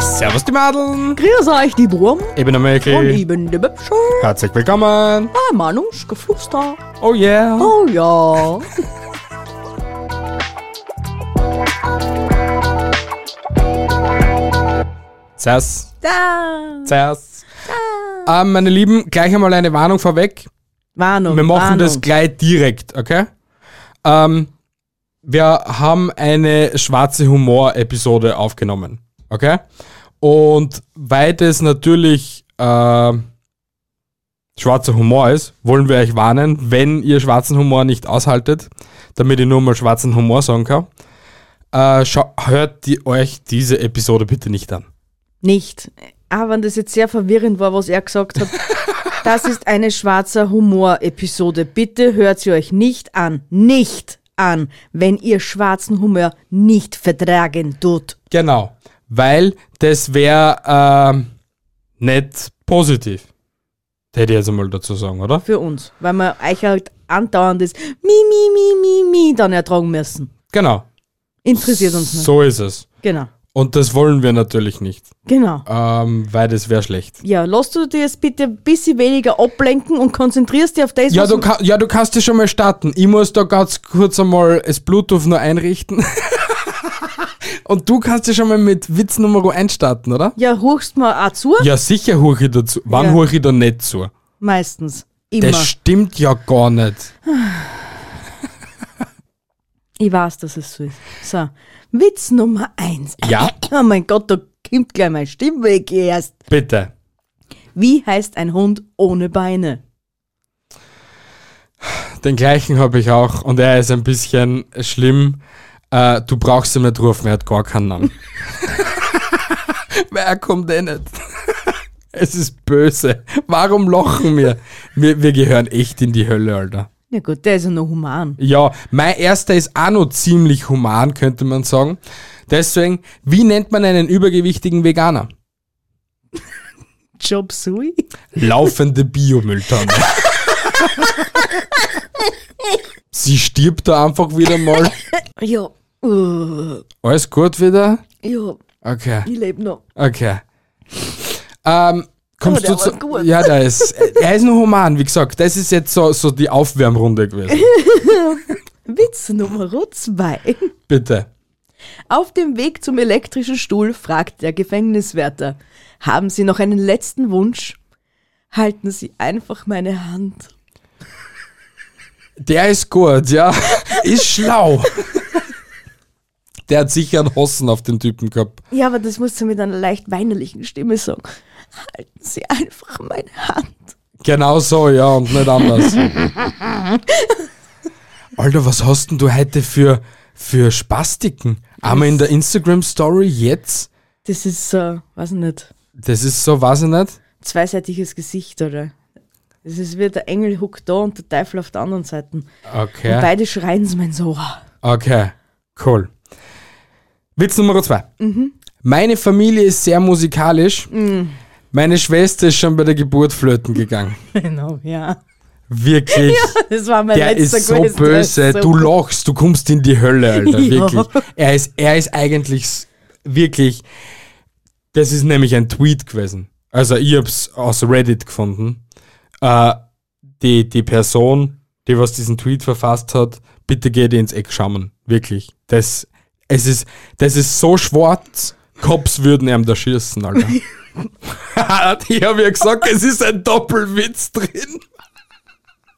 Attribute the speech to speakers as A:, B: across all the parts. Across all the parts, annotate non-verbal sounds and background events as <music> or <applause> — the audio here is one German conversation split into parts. A: Servus die Madeln,
B: Grüß euch, die Wurm.
A: ich bin der
B: Und
A: Melki.
B: ich bin der Böpsche.
A: Herzlich willkommen.
B: Bei Manus Geflüster.
A: Oh yeah.
B: Oh ja.
A: Servus,
B: Da.
A: servus. Ähm, meine Lieben, gleich einmal eine Warnung vorweg.
B: Warnung.
A: Wir machen
B: Warnung.
A: das gleich direkt, okay? Ähm, wir haben eine schwarze Humor-Episode aufgenommen, okay? Und weil das natürlich äh, schwarzer Humor ist, wollen wir euch warnen, wenn ihr schwarzen Humor nicht aushaltet, damit ich nur mal schwarzen Humor sagen kann, äh, schau- hört die, euch diese Episode bitte nicht an.
B: Nicht. Aber wenn das jetzt sehr verwirrend war, was er gesagt hat. Das ist eine schwarzer Humor-Episode. Bitte hört sie euch nicht an. Nicht an, wenn ihr schwarzen Humor nicht vertragen tut.
A: Genau, weil das wäre ähm, nicht positiv. Hätte ich jetzt einmal dazu sagen, oder?
B: Für uns. Weil wir euch halt andauernd das Mi, Mi, Mi, Mi, Mi dann ertragen müssen.
A: Genau,
B: Interessiert uns nicht.
A: so ist es.
B: Genau.
A: Und das wollen wir natürlich nicht,
B: Genau.
A: ähm, weil das wäre schlecht.
B: Ja, lass du dir jetzt bitte ein bisschen weniger ablenken und konzentrierst dich auf das,
A: Ja
B: was
A: du, ka- ja, du kannst ja schon mal starten. Ich muss da ganz kurz einmal das Bluetooth nur einrichten. <laughs> Und du kannst ja schon mal mit Witz Nummer 1 starten, oder?
B: Ja, hörst mal auch zu?
A: Ja, sicher hör ich dazu. Wann
B: Ja.
A: ja. ich da nicht zu?
B: Meistens. Immer.
A: Das stimmt ja gar nicht.
B: ich weiß, dass es so ist. So, Witz Nummer eins.
A: Ja,
B: Oh mein Gott, da kommt gleich meine Stimme weg erst.
A: bitte.
B: Wie heißt ein Hund ohne Beine?
A: Den gleichen habe ich auch und er ist ein bisschen schlimm. Äh, du brauchst ihn nicht rufen, er hat gar keinen Namen. Weil er kommt eh nicht. es ist böse. Warum lachen wir? wir? Wir gehören echt in die Hölle, Alter.
B: Na gut, der ist ja noch human.
A: Ja, mein erster ist auch noch ziemlich human, könnte man sagen. Deswegen, wie nennt man einen übergewichtigen Veganer?
B: Job Sui?
A: Laufende Biomülltonne. Sie stirbt da einfach wieder mal.
B: Ja. Uh,
A: Alles gut wieder?
B: ja,
A: Okay,
B: ich lebe noch.
A: okay. Ähm,
B: Oh,
A: kommst
B: der
A: du zu.
B: war gut.
A: Ja, der ist. Er ist nur human, wie gesagt. Das ist jetzt so, so die Aufwärmrunde
B: <laughs>
A: gewesen.
B: Witz Nummer zwei.
A: Bitte.
B: Auf dem Weg zum elektrischen Stuhl fragt der Gefängniswärter, haben Sie noch einen letzten Wunsch? Halten Sie einfach meine Hand.
A: Der ist gut, ja. Ist schlau. Der hat sicher einen Hossen auf den Typen gehabt.
B: Ja, aber das musst du mit einer leicht weinerlichen Stimme sagen. Halten Sie einfach meine Hand.
A: Genau so, ja, und nicht
B: <laughs>
A: anders. Alter, was hast denn du heute für, für Spastiken? Einmal in der Instagram-Story jetzt?
B: Das ist so, weiß nicht,
A: Das ist so, weiß ich nicht.
B: zweiseitiges Gesicht, oder? Das ist wie der Engel huckt da und der Teufel auf der anderen Seite.
A: Okay.
B: Und beide schreien es mein so.
A: <laughs>
B: ah.
A: Okay, cool. Witz Nummer zwei. Meine Familie ist sehr musikalisch. Meine Schwester ist schon bei der Geburt flöten gegangen.
B: Genau, ja.
A: Wirklich.
B: Das war mein
A: Der
B: letzter
A: ist so
B: gewesen, der ist
A: böse.
B: so
A: Du lachst, du kommst in die Hölle, Alter.
B: <laughs> Ja.
A: Wirklich. Er ist, er ist eigentlich s- wirklich. Das ist nämlich ein Tweet gewesen. Also ich hab's aus Reddit gefunden. Äh, die, die Person, die was diesen Tweet verfasst hat, bitte geht ins Eck schauen. Wirklich. Das, es ist, das ist so schwarz. Cops würden ihm da schießen,
B: <laughs>
A: Alter. <laughs> ich habe ja gesagt, es ist ein Doppelwitz drin.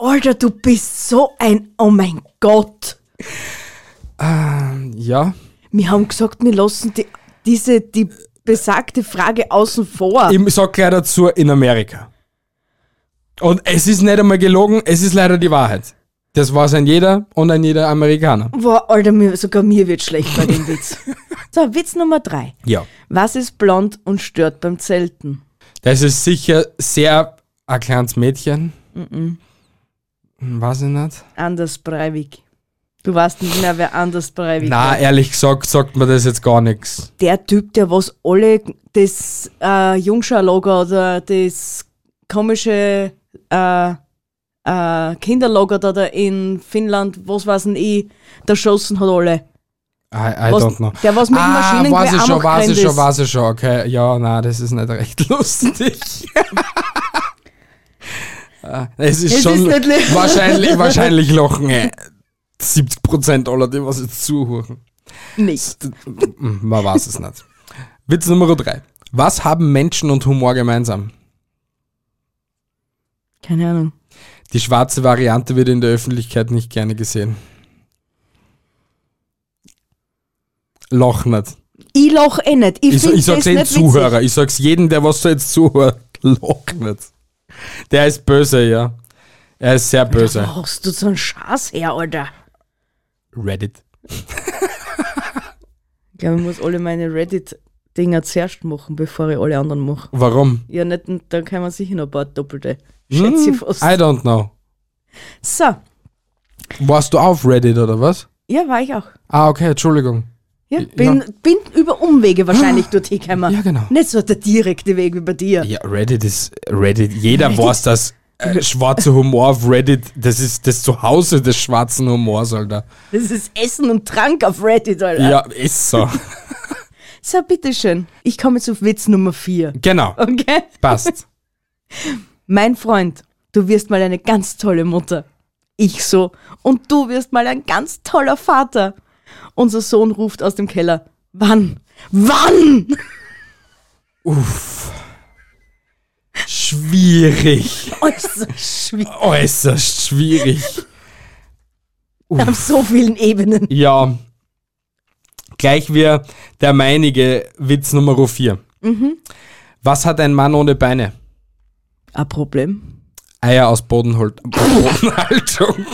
B: Alter, du bist so ein, oh mein Gott.
A: Ja.
B: Wir haben gesagt, wir lassen die, diese, die besagte Frage außen vor.
A: Ich sag gleich dazu, in Amerika. Und es ist nicht einmal gelogen, es ist leider die Wahrheit. Das weiß ein jeder und ein jeder Amerikaner.
B: Boah, Alter, mir, sogar mir wird schlecht bei dem Witz. So, Witz Nummer drei.
A: Ja.
B: Was ist blond und stört beim Zelten?
A: Das ist sicher sehr ein kleines Mädchen. Hm, Weiß ich nicht.
B: Anders Breivik. Du weißt nicht mehr, wer Anders Breivik
A: Na,
B: war.
A: ehrlich gesagt, sagt mir das jetzt gar nichts.
B: Der Typ, der was alle das äh, Jungschar-Logo oder das komische äh, äh, Kinderlager da, da in Finnland, was weiß denn ich, da schossen hat alle.
A: I, I
B: Was-
A: don't know. Ah,
B: der was mit dem Maschinengewehr
A: weiß ich schon,
B: auch
A: weiß ich
B: gerannt
A: schon,
B: ist.
A: weiß ich schon. Okay, ja, nein, das ist nicht recht <laughs> lustig. Ah, es ist
B: Es
A: schon
B: ist nicht lustig.
A: wahrscheinlich, wahrscheinlich lachen äh, 70% aller, die was jetzt zuhören. Hm,
B: Nicht.
A: Man weiß es nicht. Witz Nummer 3. Was haben Menschen und Humor gemeinsam?
B: Keine Ahnung.
A: Die schwarze Variante wird in der Öffentlichkeit nicht gerne gesehen. Loch nicht.
B: Ich lach eh nicht. Ich,
A: Ich,
B: find
A: ich sag's
B: das
A: jedem
B: nicht
A: Zuhörer, ich sag's jedem, der was da jetzt zuhört, <laughs> loch nicht. Der ist böse, ja. Er ist sehr
B: Witzig.
A: böse.
B: Wo hast du so einen Schatz her, Alter?
A: Reddit.
B: Ich glaube, ich muss alle meine Reddit-Dinger zuerst machen, bevor ich alle anderen mache.
A: Warum?
B: Ja, nicht, dann kann man sicher noch ein paar Doppelte.
A: Hm?
B: Schätze ich fast.
A: I don't know.
B: So,
A: Warst du auf Reddit oder was?
B: ja, war ich auch.
A: Ah, okay, Entschuldigung.
B: Ja,
A: Ja. Ah,
B: bin, bin über Umwege wahrscheinlich dorthin gekommen.
A: Ja, genau.
B: Nicht so der direkte Weg wie bei dir.
A: Ja, Reddit ist Reddit. Jeder weiß, dass
B: <laughs>
A: äh, schwarzer Humor auf Reddit, das ist das Zuhause des schwarzen Humors, Alter.
B: Das ist Essen und Trank auf Reddit, Alter.
A: Ja, ist so.
B: So, bitteschön. Ich komme jetzt auf Witz Nummer 4.
A: Genau.
B: Okay?
A: Passt.
B: Mein Freund, du wirst mal eine ganz tolle Mutter. Ich so. Und du wirst mal ein ganz toller Vater. Unser Sohn ruft aus dem Keller. Wann? Wann? <laughs>
A: Uff. Schwierig.
B: Äußerst schwierig.
A: Äußerst schwierig.
B: Auf so vielen Ebenen.
A: Ja. Gleich wie der meinige Witz Nummer 4.
B: Mhm.
A: Was hat ein Mann ohne Beine?
B: Ein Problem.
A: Eier aus Bodenhol aus <laughs> Bodenhaltung.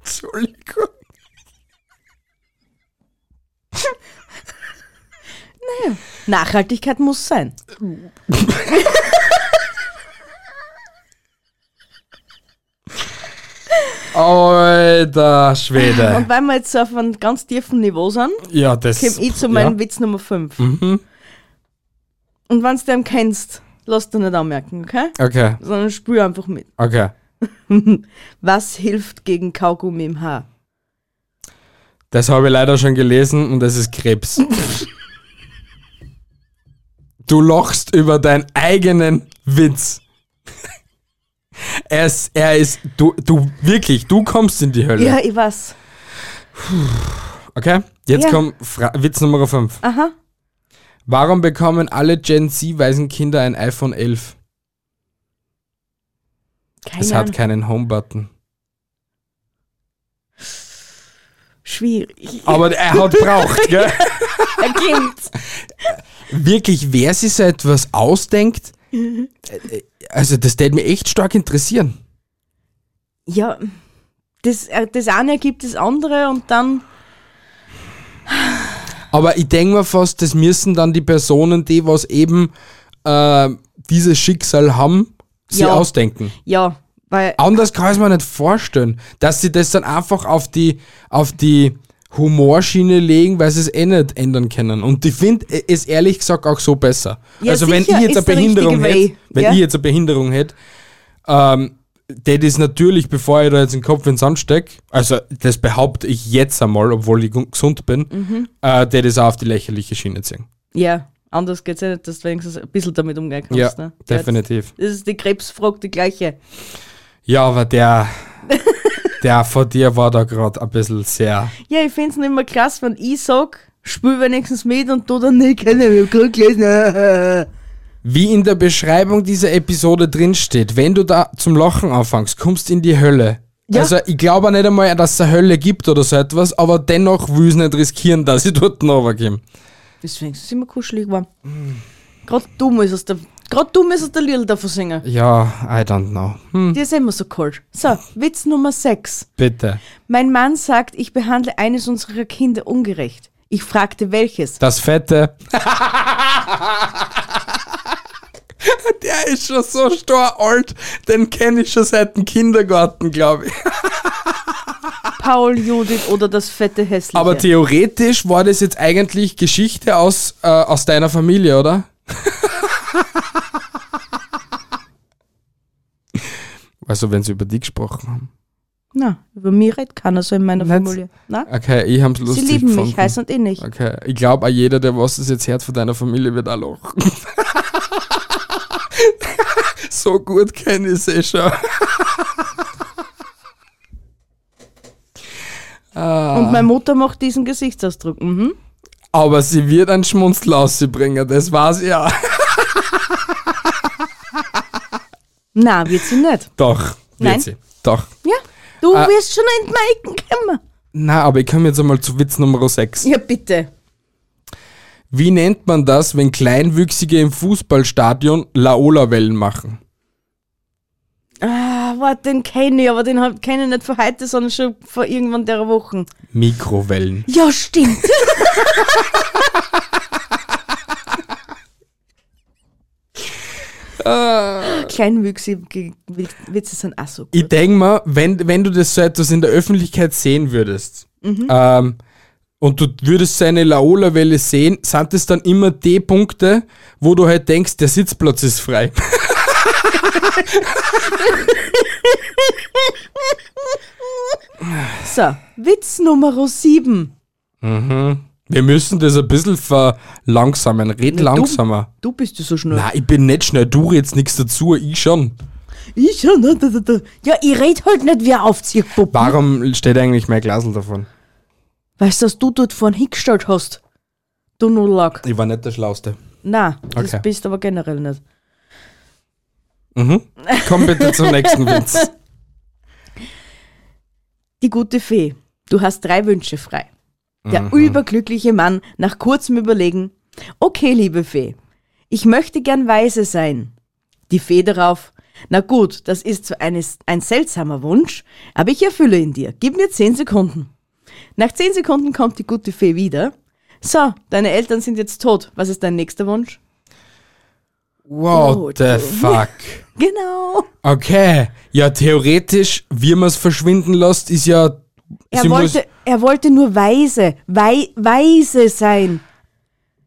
A: Entschuldigung.
B: Nachhaltigkeit muss sein.
A: Alter Schwede.
B: <laughs> Und weil wir jetzt so auf einem ganz tiefen Niveau sind,
A: Ja, das.
B: komme ich zu meinem
A: ja. Mhm.
B: Witz Nummer 5. Und wenn du den kennst, lass dir nicht anmerken, okay?
A: Okay,
B: Sondern spür einfach mit.
A: okay.
B: Was hilft gegen Kaugummi im Haar?
A: Das habe ich leider schon gelesen und das ist Krebs. du lachst über deinen eigenen Witz. Er ist, er ist, du, du, wirklich, du kommst in die Hölle.
B: Ja, ich weiß.
A: Okay? Jetzt
B: Ja.
A: kommt Fra Witz Nummer 5.
B: Aha.
A: Warum bekommen alle Gen Z-weisen Kinder ein iPhone 11?
B: Keine
A: Es
B: Ahnung.
A: hat keinen Home-Button.
B: Schwierig. <laughs>
A: Aber er hat braucht, gell?
B: Erkennt.
A: Wirklich, wer sich so etwas ausdenkt, äh, also das täte mich echt stark interessieren.
B: ja, das, äh, das eine ergibt das andere und dann.
A: Aber ich denke mir fast, das müssen dann die Personen, die was eben äh, dieses Schicksal haben, sich
B: Ja.
A: ausdenken.
B: Ja, weil.
A: Anders kann ich es mir nicht vorstellen, dass sie das dann einfach auf die, auf die Humorschiene legen, weil sie es eh nicht ändern können. Und ich finde es ehrlich gesagt auch so besser.
B: Ja,
A: also wenn ich
B: sicher,
A: jetzt eine
B: ist der richtige
A: Behinderung
B: Way.
A: hätte, wenn
B: Ja.
A: ich jetzt eine Behinderung hätte, ähm, das ist natürlich, bevor ich da jetzt den Kopf in den Sand stecke, also das behaupte ich jetzt einmal, obwohl ich gu- gesund bin,
B: Mhm.
A: äh, das ist auch auf die lächerliche Schiene ziehen.
B: Ja, anders geht's ja nicht, dass du wenigstens ein bisschen damit umgehen kannst.
A: Ja,
B: ne?
A: definitiv.
B: Das ist die Krebsfrage die gleiche.
A: Ja, aber
B: <laughs>
A: der, der von dir war da gerade ein bisschen sehr...
B: Ja, ich find's nicht mehr krass, wenn ich sag, spiel wenigstens mit und du dann nicht keine, ich hab grad gelesen. <laughs>
A: Wie in der Beschreibung dieser Episode drinsteht, wenn du da zum Lachen anfängst, kommst in die Hölle.
B: Ja.
A: Also ich glaube nicht einmal, dass es eine Hölle gibt oder so etwas, aber dennoch will ich nicht riskieren, dass ich dort runtergehe.
B: Deswegen ist es immer kuschelig geworden. Gerade du müsstest der, grad du müsstest der Lil davon singen.
A: Ja, I don't know. Hm,
B: Die ist immer so kalt. So, Witz Nummer 6.
A: bitte.
B: Mein Mann sagt, ich behandle eines unserer Kinder ungerecht. Ich fragte welches.
A: Das <laughs> Fette. Der ist schon so stor alt, den kenne ich schon seit dem Kindergarten, glaube ich.
B: Paul, Judith oder das fette Hässliche?
A: Aber theoretisch war das jetzt eigentlich Geschichte aus, äh, aus deiner Familie,
B: <laughs>
A: oder? Also wenn sie über dich gesprochen haben.
B: Na, über mich redet keiner so in meiner
A: Nicht?
B: Familie. Na,
A: Okay, ich hab's
B: sie
A: lustig
B: lieben mich,
A: gefunden.
B: heiß und ich nicht.
A: Okay, ich glaube, jeder, der was das jetzt hört von deiner Familie, wird auch lachen. <laughs> so gut kenne ich sie schon. <laughs> Ah.
B: Und meine Mutter macht diesen Gesichtsausdruck. Mhm.
A: Aber sie wird einen Schmunzler aus sie bringen, das war's ja.
B: Na, wird sie nicht.
A: Doch, wird
B: Nein.
A: sie. Doch.
B: Ja, du
A: Ah.
B: wirst schon entmeiken können.
A: Na, aber ich komme jetzt einmal zu Witz Nummer 6.
B: Ja, bitte.
A: Wie nennt man das, wenn Kleinwüchsige im Fußballstadion Laola-Wellen machen?
B: Ah, warte, den kenne ich, aber den hab- kenne ich nicht von heute, sondern schon vor irgendwann der Wochen.
A: Mikrowellen.
B: Ja, stimmt.
A: Ah.
B: Kleinwüchsige Witze sind auch so gut.
A: Ich denke mal, wenn, wenn du das so etwas in der Öffentlichkeit sehen würdest
B: Mhm.
A: ähm, und du würdest so eine Laola-Welle sehen, sind das dann immer die Punkte, wo du halt denkst, der Sitzplatz ist frei. <laughs>
B: So, Witz Nummer 7.
A: Wir müssen das ein bisschen verlangsamen. Red
B: Na, du-
A: langsamer.
B: Du bist ja so schnell.
A: Nein, ich bin nicht schnell. Du redest nichts dazu, ich schon.
B: Ich schon. da, da, da, da. Ja, ich red halt nicht wie ein Aufziehpuppe.
A: Warum steht eigentlich mein Glasel davon?
B: Weißt du, was du dort vorhin hingestellt hast? Du Nullack.
A: Ich war nicht der Schlauste.
B: Na, das
A: Okay.
B: bist aber generell nicht.
A: Komm bitte zum nächsten Witz.
B: Die gute Fee, du hast drei Wünsche frei. Der überglückliche Mann nach kurzem Überlegen. Okay, liebe Fee, ich möchte gern weise sein. Die Fee darauf. Na gut, das ist zwar eines, ein seltsamer Wunsch, aber ich erfülle ihn dir. Gib mir zehn Sekunden. Nach zehn Sekunden kommt die gute Fee wieder. So, deine Eltern sind jetzt tot. Was ist dein nächster Wunsch?
A: What
B: Oh,
A: the
B: du.
A: fuck?
B: Genau.
A: Okay. Ja, theoretisch, wie man es verschwinden lässt, ist ja.
B: Er
A: sie muss-
B: wollte, er wollte nur weise, wei, weise sein.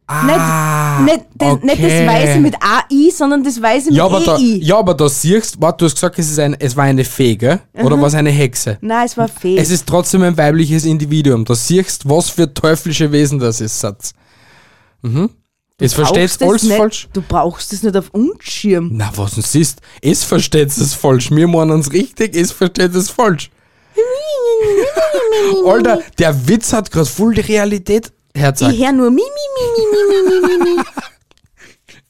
A: Ah,
B: nicht, das, nicht das
A: okay.
B: Weiße mit AI, sondern das Weiße mit E
A: ja, aber da,
B: EI.
A: ja, aber da siehst warte, du hast gesagt, es, ist ein, es war eine Fee, gell?
B: Mhm.
A: Oder war es eine Hexe?
B: Nein, es war Fee.
A: Es ist trotzdem ein weibliches Individuum. Da siehst was für teuflische Wesen das ist, Satz. Mhm. Es versteht
B: Brauchst es
A: alles
B: nicht,
A: falsch.
B: Du brauchst es nicht auf Unschirm.
A: Na, was denn siehst? Es versteht es falsch. Wir meinen es richtig, es versteht es
B: <laughs>
A: falsch. Alter, der Witz hat gerade voll die Realität
B: Ich
A: herzeigt.
B: höre nur mi, mi, mi, mi, mi, mi, mi, mi.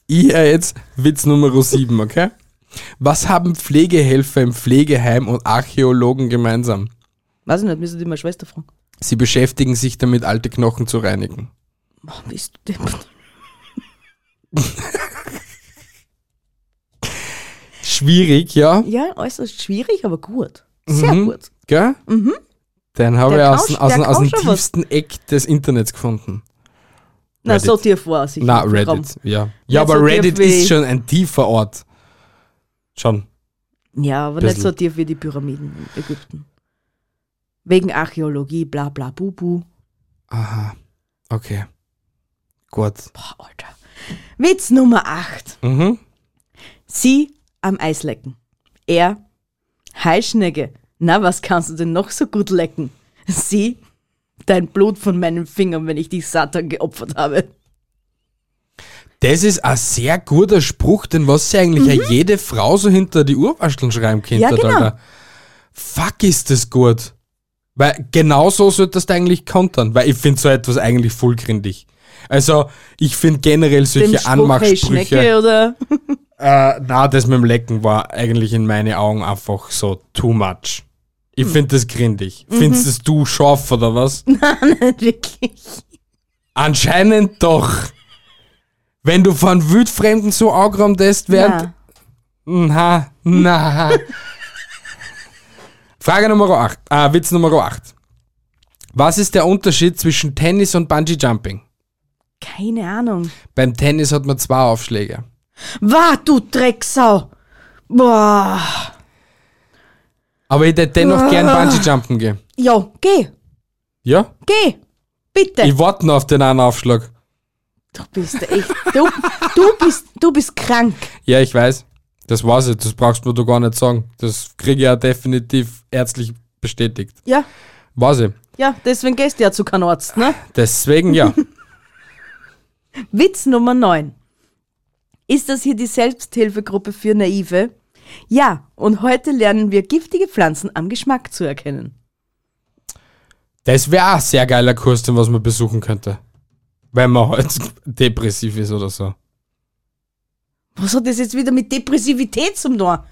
A: Ich hör jetzt Witz Nummer 7, okay? Was haben Pflegehelfer im Pflegeheim und Archäologen gemeinsam?
B: <laughs> Weiß ich nicht, müssen die meine Schwester fragen.
A: Sie beschäftigen sich damit, alte Knochen zu reinigen.
B: Boah, Oh, bist du deppert.
A: Schwierig, ja?
B: Ja, äußerst schwierig, aber gut.
A: Mhm.
B: Sehr gut.
A: Gell? Mhm. Den habe ich
B: Der
A: aus,
B: kann-
A: aus,
B: der
A: aus dem
B: kann schon was.
A: tiefsten Eck des Internets gefunden.
B: Na,
A: Reddit.
B: so tief war es. ich
A: Na,
B: glaub,
A: Reddit,
B: Raum.
A: ja. Ja,
B: Nicht so
A: aber Reddit
B: tief wie-
A: ist schon ein tiefer Ort. Schon.
B: Ja, aber nicht
A: Bisschen.
B: so tief wie die Pyramiden in Ägypten. Wegen Archäologie, bla bla bubu.
A: Aha. Okay. Gut.
B: Boah, Alter. Witz Nummer 8.
A: Mhm.
B: Sie am Eis lecken. Er, Heischnecke, na, was kannst du denn noch so gut lecken? Sie, dein Blut von meinen Fingern, wenn ich dich Satan geopfert habe.
A: Das ist ein sehr guter Spruch, denn was sie eigentlich ja jede Frau so hinter die Urwascheln schreiben könnte,
B: Mhm. Ja, genau.
A: Alter. Fuck, ist das gut. Weil genau so solltest du eigentlich kontern, weil ich finde so etwas eigentlich voll gründig. Also, ich finde generell solche Anmachsprüche.
B: Schnecke, oder? <laughs>
A: Äh, na, das mit dem Lecken war eigentlich in meinen Augen einfach so too much. Ich finde das grindig. Findest das du scharf oder was?
B: Wirklich.
A: Anscheinend doch. Wenn du von Wildfremden so angeräumt wirst, während.
B: Na,
A: Na, na. Frage Nummer 8. Äh, Witz Nummer 8. Was ist der Unterschied zwischen Tennis und Bungee Jumping?
B: keine Ahnung.
A: Beim Tennis hat man zwei Aufschläge.
B: Wah, du Drecksau. Boah.
A: Aber ich hätte dennoch gern Bungee Jumpen gehen.
B: Ja, geh,
A: Ja?
B: geh. Bitte.
A: Ich warte noch auf den einen Aufschlag.
B: du bist echt, du, du, bist, du bist krank.
A: Ja, ich weiß. Das weiß ich, das brauchst du mir doch gar nicht sagen. Das kriege ich ja definitiv ärztlich bestätigt.
B: Ja,
A: Weiß ich.
B: ja, deswegen gehst du ja zu keinem Arzt, ne?
A: Deswegen
B: <laughs>
A: ja.
B: Witz Nummer 9. Ist das hier die Selbsthilfegruppe für Naive? Ja, und heute lernen wir giftige Pflanzen am Geschmack zu erkennen.
A: Das wäre auch ein sehr geiler Kurs, den was man besuchen könnte. Wenn man halt <laughs> depressiv ist oder so.
B: Was hat das jetzt wieder mit Depressivität zum Tor?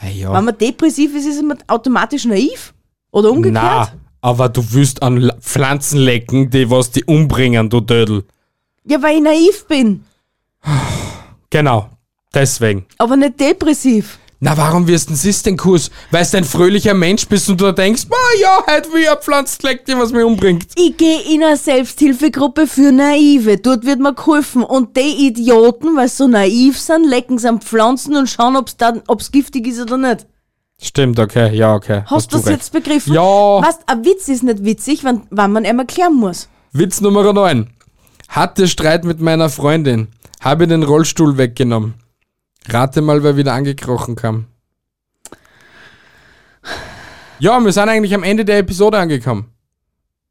B: Wenn
A: Naja.
B: man depressiv ist, ist man automatisch naiv? Oder umgekehrt?
A: Na, aber du willst an La- Pflanzen lecken, die was die umbringen, du Dödel.
B: Ja, weil ich naiv bin,
A: Genau. Deswegen.
B: aber nicht depressiv.
A: Na, warum wirst denn das den Kurs? Weil du ein fröhlicher Mensch bist und du denkst, ah ja, heute will ich eine Pflanze lecken, die was mich umbringt.
B: Ich gehe in eine Selbsthilfegruppe für Naive. Dort wird mir geholfen. Und die Idioten, weil sie so naiv sind, lecken sie an Pflanzen und schauen, ob es giftig ist oder nicht.
A: Stimmt, okay, ja, okay.
B: Hast du das
A: recht.
B: jetzt begriffen?
A: Ja.
B: Weißt, ein Witz ist nicht witzig, wenn, wenn man ihm erklären muss.
A: Witz Nummer 9. Hatte Streit mit meiner Freundin. Habe den Rollstuhl weggenommen. Rate mal, wer wieder angekrochen kam. Ja, wir sind eigentlich am Ende der Episode angekommen.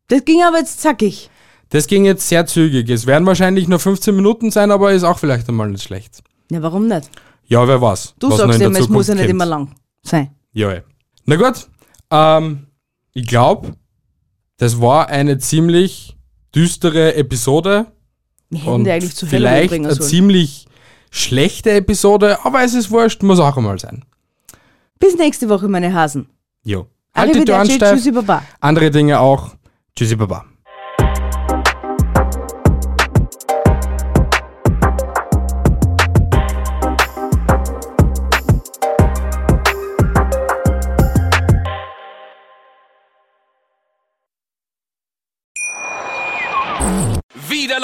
B: Das ging aber jetzt zackig.
A: Das ging jetzt sehr zügig. Es werden wahrscheinlich nur 15 Minuten sein, aber ist auch vielleicht einmal nicht schlecht.
B: Ja, warum nicht?
A: Ja, wer weiß.
B: Du
A: was noch
B: sagst
A: in der
B: immer, es muss
A: Zukunft
B: ja nicht
A: kommt.
B: immer lang sein.
A: Ja, ja. Na gut. Ähm, ich glaube, das war eine ziemlich düstere Episode.
B: Wir hätten
A: Und
B: die eigentlich zu Halloween
A: vielleicht
B: bringen
A: eine
B: sollen.
A: ziemlich schlechte Episode, aber es ist wurscht, muss auch einmal sein.
B: Bis nächste Woche, meine Hasen.
A: Jo. Halt die Türen
B: Arrivederci,
A: steif,
B: Tschüssi, Baba.
A: andere Dinge auch. Tschüssi, Baba.
C: Wieder